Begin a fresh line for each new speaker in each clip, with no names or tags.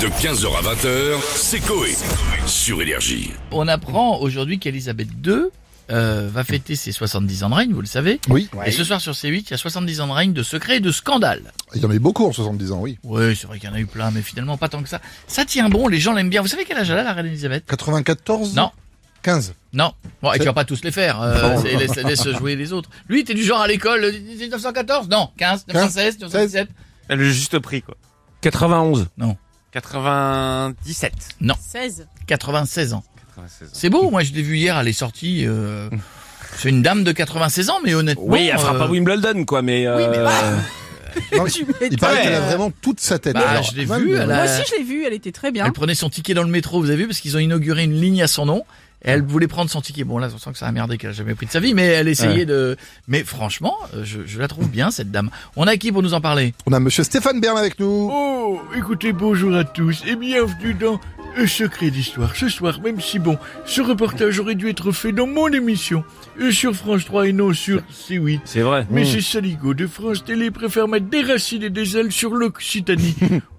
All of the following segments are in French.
De 15h à 20h, c'est Coé. Sur Énergie.
On apprend aujourd'hui qu'Elisabeth II euh, va fêter ses 70 ans de règne, vous le savez.
Oui,
Et ce soir sur C8, il y a 70 ans de règne de secrets et de scandales.
il y en a eu beaucoup en 70 ans, oui.
Oui, c'est vrai qu'il y en a eu plein, mais finalement pas tant que ça. Ça tient bon, les gens l'aiment bien. Vous savez quel âge elle a, la reine Elisabeth
94
Non,
15
non. Bon, et tu
C'est-
vas pas tous les faire. euh,
Non.
c'est- laisse, laisse jouer les autres. Lui, t'es du genre à l'école euh, 1914 Non, 15, 1916, 1917
Le juste prix, quoi.
91.
97.
16.
96 ans. C'est beau, moi je l'ai vu hier, elle est sortie... euh, C'est une dame de 96 ans, mais honnêtement...
Oui, elle fera
euh,
pas Wimbledon, quoi, mais... Euh...
Non, Il paraît
euh,
qu'elle a vraiment toute sa tête.
Bah,
Alors,
je l'ai
même,
vu,
euh,
elle a-
Moi aussi, je l'ai vue, elle était
Hein
très bien.
Elle prenait son ticket dans le métro, vous avez vu, parce qu'ils ont inauguré une ligne à son nom. Et elle voulait prendre son ticket. Bon, là, on sent que ça a merdé, qu'elle a jamais pris de sa vie, mais elle essayait de. Mais franchement, euh, je, je la trouve bien, cette dame. On a qui pour nous en parler
On a monsieur Stéphane Bern avec nous.
Oh, écoutez, bonjour à tous et bienvenue dans Un secret d'histoire. Ce soir, même si bon, ce reportage aurait dû être fait dans mon émission, euh, sur France 3 et non sur C8.
C'est vrai.
Mais
Hmm.
ces saligots de France Télé préfèrent mettre des racines et des ailes sur l'Occitanie.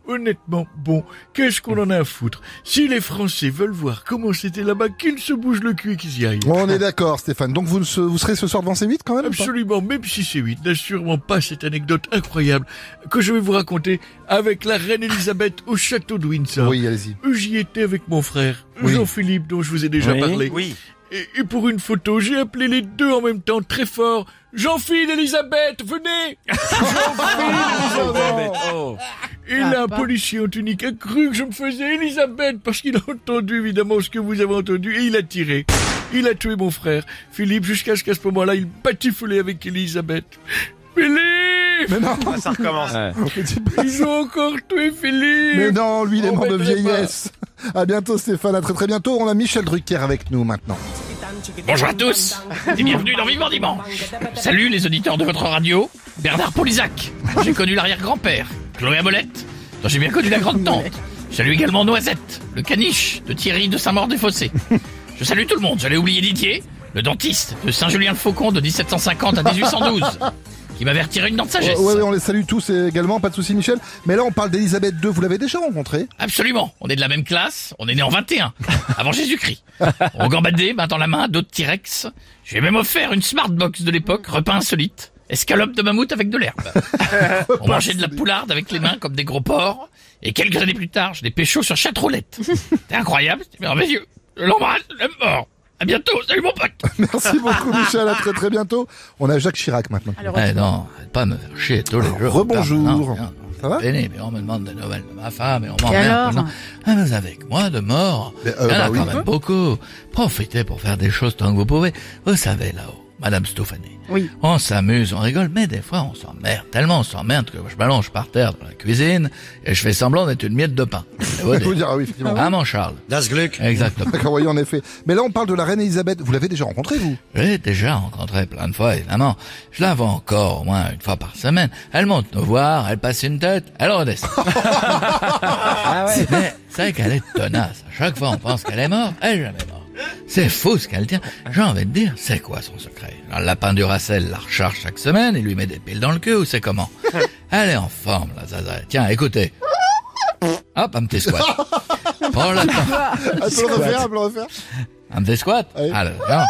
Honnêtement, bon, qu'est-ce qu'on en a à foutre Si les Français veulent voir comment c'était là-bas, qu'ils se bougent le cul et qu'ils y aillent.
On est d'accord, Stéphane. Donc vous, ne se- vous serez ce soir devant C8 quand même ou pas
Absolument, même si c'est 8 n'a sûrement pas cette anecdote incroyable que je vais vous raconter avec la reine Elisabeth au château de Windsor.
Oui, allez-y.
Euh, J'y étais avec mon frère,
Oui.
Jean-Philippe, dont je vous ai déjà
Oui.
parlé.
Oui.
Et, et pour une photo, j'ai appelé les deux en même temps, très fort. Jean-Philippe, Elisabeth, venez bah,
Oh.
Et
Ah,
là, un
bah.
policier en tunique a cru que je me faisais Elisabeth, parce qu'il a entendu évidemment ce que vous avez entendu, et il a tiré. Il a tué mon frère, Philippe, jusqu'à ce qu'à ce moment-là, il batifolait avec Elisabeth. Philippe
Mais non,
Ah, ça recommence.
Ouais.
mais dis pas
Ils ont encore tué Philippe
Mais non, lui, il est
On
mort de
m'aiderait pas.
vieillesse. À bientôt, Stéphane. À très très bientôt. On a Michel Drucker avec nous maintenant.
Bonjour à tous et bienvenue dans Vivant Dimanche. Salut les auditeurs de votre radio. Bernard Polizac, j'ai connu l'arrière-grand-père. Chloé Amolette, dont j'ai bien connu la grande-tante. Je salue également Noisette, le caniche de Thierry de Saint-Maur-des-Fossés. Je salue tout le monde, j'allais oublier Didier, le dentiste de Saint-Julien-le-Faucon de 1750 à 1812, qui m'avait retiré une dent de sagesse.
Ouais, ouais, on les salue tous également. Pas de souci, Michel. Mais là, on parle d'Elisabeth II. Vous l'avez déjà rencontrée
Absolument. On est de la même classe. On est né en 21, avant Jésus-Christ. On gambadait, main dans la main, d'autres T-Rex. J'ai même offert une smartbox de l'époque, repas insolite, escalope de mammouth avec de l'herbe. On mangeait de la poularde avec les mains comme des gros porcs. Et quelques années plus tard, je l'ai pécho sur chatroulette. C'était incroyable, c'était merveilleux. Je l'embrasse, je l'aime mort. À bientôt, salut mon pote.
Merci beaucoup, Michel. À très très bientôt. On a Jacques Chirac maintenant.
Alors,
Eh non, pas me faire chier tous les jours.
Rebonjour.
Non, non,
Ça va
Pénible, on me demande des nouvelles de ma femme et on
Et alors
m'emmerde. maintenant. Ah, mais avec moi de mort,
Mais, euh,
il y en
bah
a
oui.
quand même beaucoup. Profitez pour faire des choses tant que vous pouvez. Vous savez là-haut, Madame Stouffani.
Oui.
On s'amuse, on rigole, mais des fois on s'emmerde. Tellement on s'emmerde que je m'allonge par terre dans la cuisine et je fais semblant d'être une miette de pain. C'est vous
Je vous
dire.
dire, ah oui, effectivement.
Ah mon Charles.
Das Glück.
Exactement.
D'accord, oui, en effet. Mais là, on parle de la reine Elisabeth. Vous l'avez déjà rencontrée, vous
J'ai déjà rencontré plein de fois, évidemment. Je la vois encore au moins une fois par semaine. Elle monte nous voir, elle passe une tête, elle redescend. Mais c'est vrai qu'elle est tenace. À chaque fois, on pense qu'elle est morte, elle est jamais morte. C'est fou ce qu'elle tient. J'ai envie de dire, c'est quoi son secret Un lapin du Racel la recharge chaque semaine et lui met des piles dans le cul ou c'est comment Elle est en forme, la Zaza. Tiens, écoutez. Hop, un petit squat. Pour le temps.
Attends, on refaire, on refaire.
Un petit squat
Oui.
Allez, viens.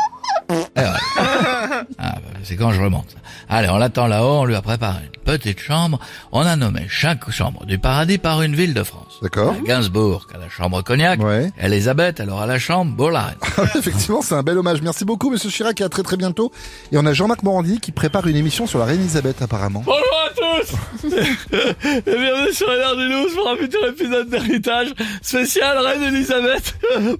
Eh ouais. Ah, bah, c'est quand je remonte. Allez, on l'attend là-haut, on lui a préparé une petite chambre. On a nommé chaque chambre du paradis par une ville de France.
D'accord.
À Gainsbourg, qui a la chambre Cognac.
Ouais.
Elisabeth, elle aura la chambre Bollard.
Effectivement, c'est un bel hommage. Merci beaucoup, monsieur Chirac, et à très très bientôt. Et on a Jean-Marc Morandi qui prépare une émission sur la reine Elisabeth, apparemment.
Bonjour à tous Et bienvenue sur Énergie pour un futur épisode d'Héritage spécial Reine Elisabeth.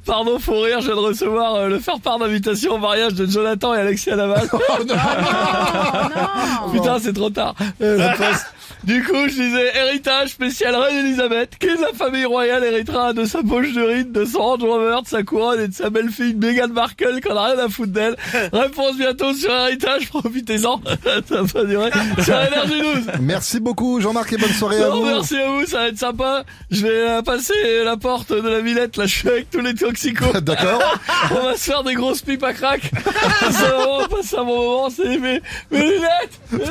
Pardon, faut rire, je viens de recevoir euh, le faire part d'invitation au mariage de Jonathan et Alexia Laval.
Oh,
Putain, c'est trop tard. Euh, la poste. Du coup, je disais héritage spécial Reine Elisabeth, qui de la famille royale héritera de sa poche de ride, de son Range Rover, de sa couronne et de sa belle-fille Meghan Markle, qu'on a rien à foutre d'elle. Réponse bientôt sur héritage, profitez-en. Ça va pas durer. Sur Énergie 12.
Merci beaucoup, Jean-Marc, et bonne soirée à
Non,
vous.
merci à vous, ça va être sympa. Je vais euh, passer la porte de la Villette, là je suis avec tous les toxicos.
D'accord.
On va se faire des grosses pipes à crack. ça, va, on passe un bon moment, c'est mes, mes lunettes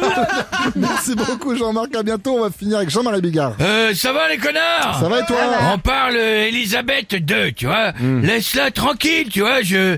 Merci beaucoup, Jean-Marc. À bientôt. bientôt. On va finir avec Jean-Marie Bigard.
Euh, ça va les connards
Ça va et toi
On parle euh, Elisabeth II, tu vois.
Hmm.
Laisse-la tranquille, tu vois. Je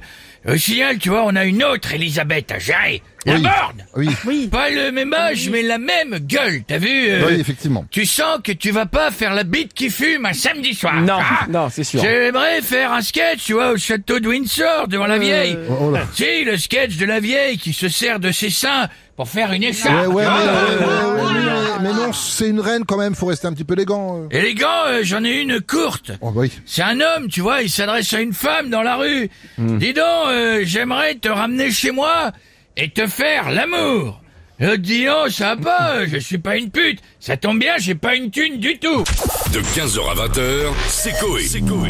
euh, signale, tu vois, on a une autre Elisabeth à gérer. La
Oui.
borne
Oui,
Pas le même âge, mais la même gueule, t'as vu euh,
oui, effectivement.
Tu sens que tu vas pas faire la bite qui fume un samedi soir.
Non,
ah
non, c'est sûr.
J'aimerais faire un sketch, tu vois, au château de Windsor, devant la vieille.
Oh, oh là.
Si, le sketch de la vieille qui se sert de ses seins pour faire une
Ouais,
écharpe.
ouais, mais,
Ah,
ouais,
euh,
ouais, ouais, mais- mais non, c'est une reine quand même. Faut rester un petit peu élégant. euh.
Élégant, euh, j'en ai une courte.
Oh, bah oui.
C'est un homme, tu vois, il s'adresse à une femme dans la rue.
Hmm.
Dis donc, euh, j'aimerais te ramener chez moi et te faire l'amour. L'autre dit, oh, ça va pas, euh, je suis pas une pute. Ça tombe bien, j'ai pas une thune du tout.
De 15h à 20h, c'est Coé.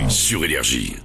Sur Énergie.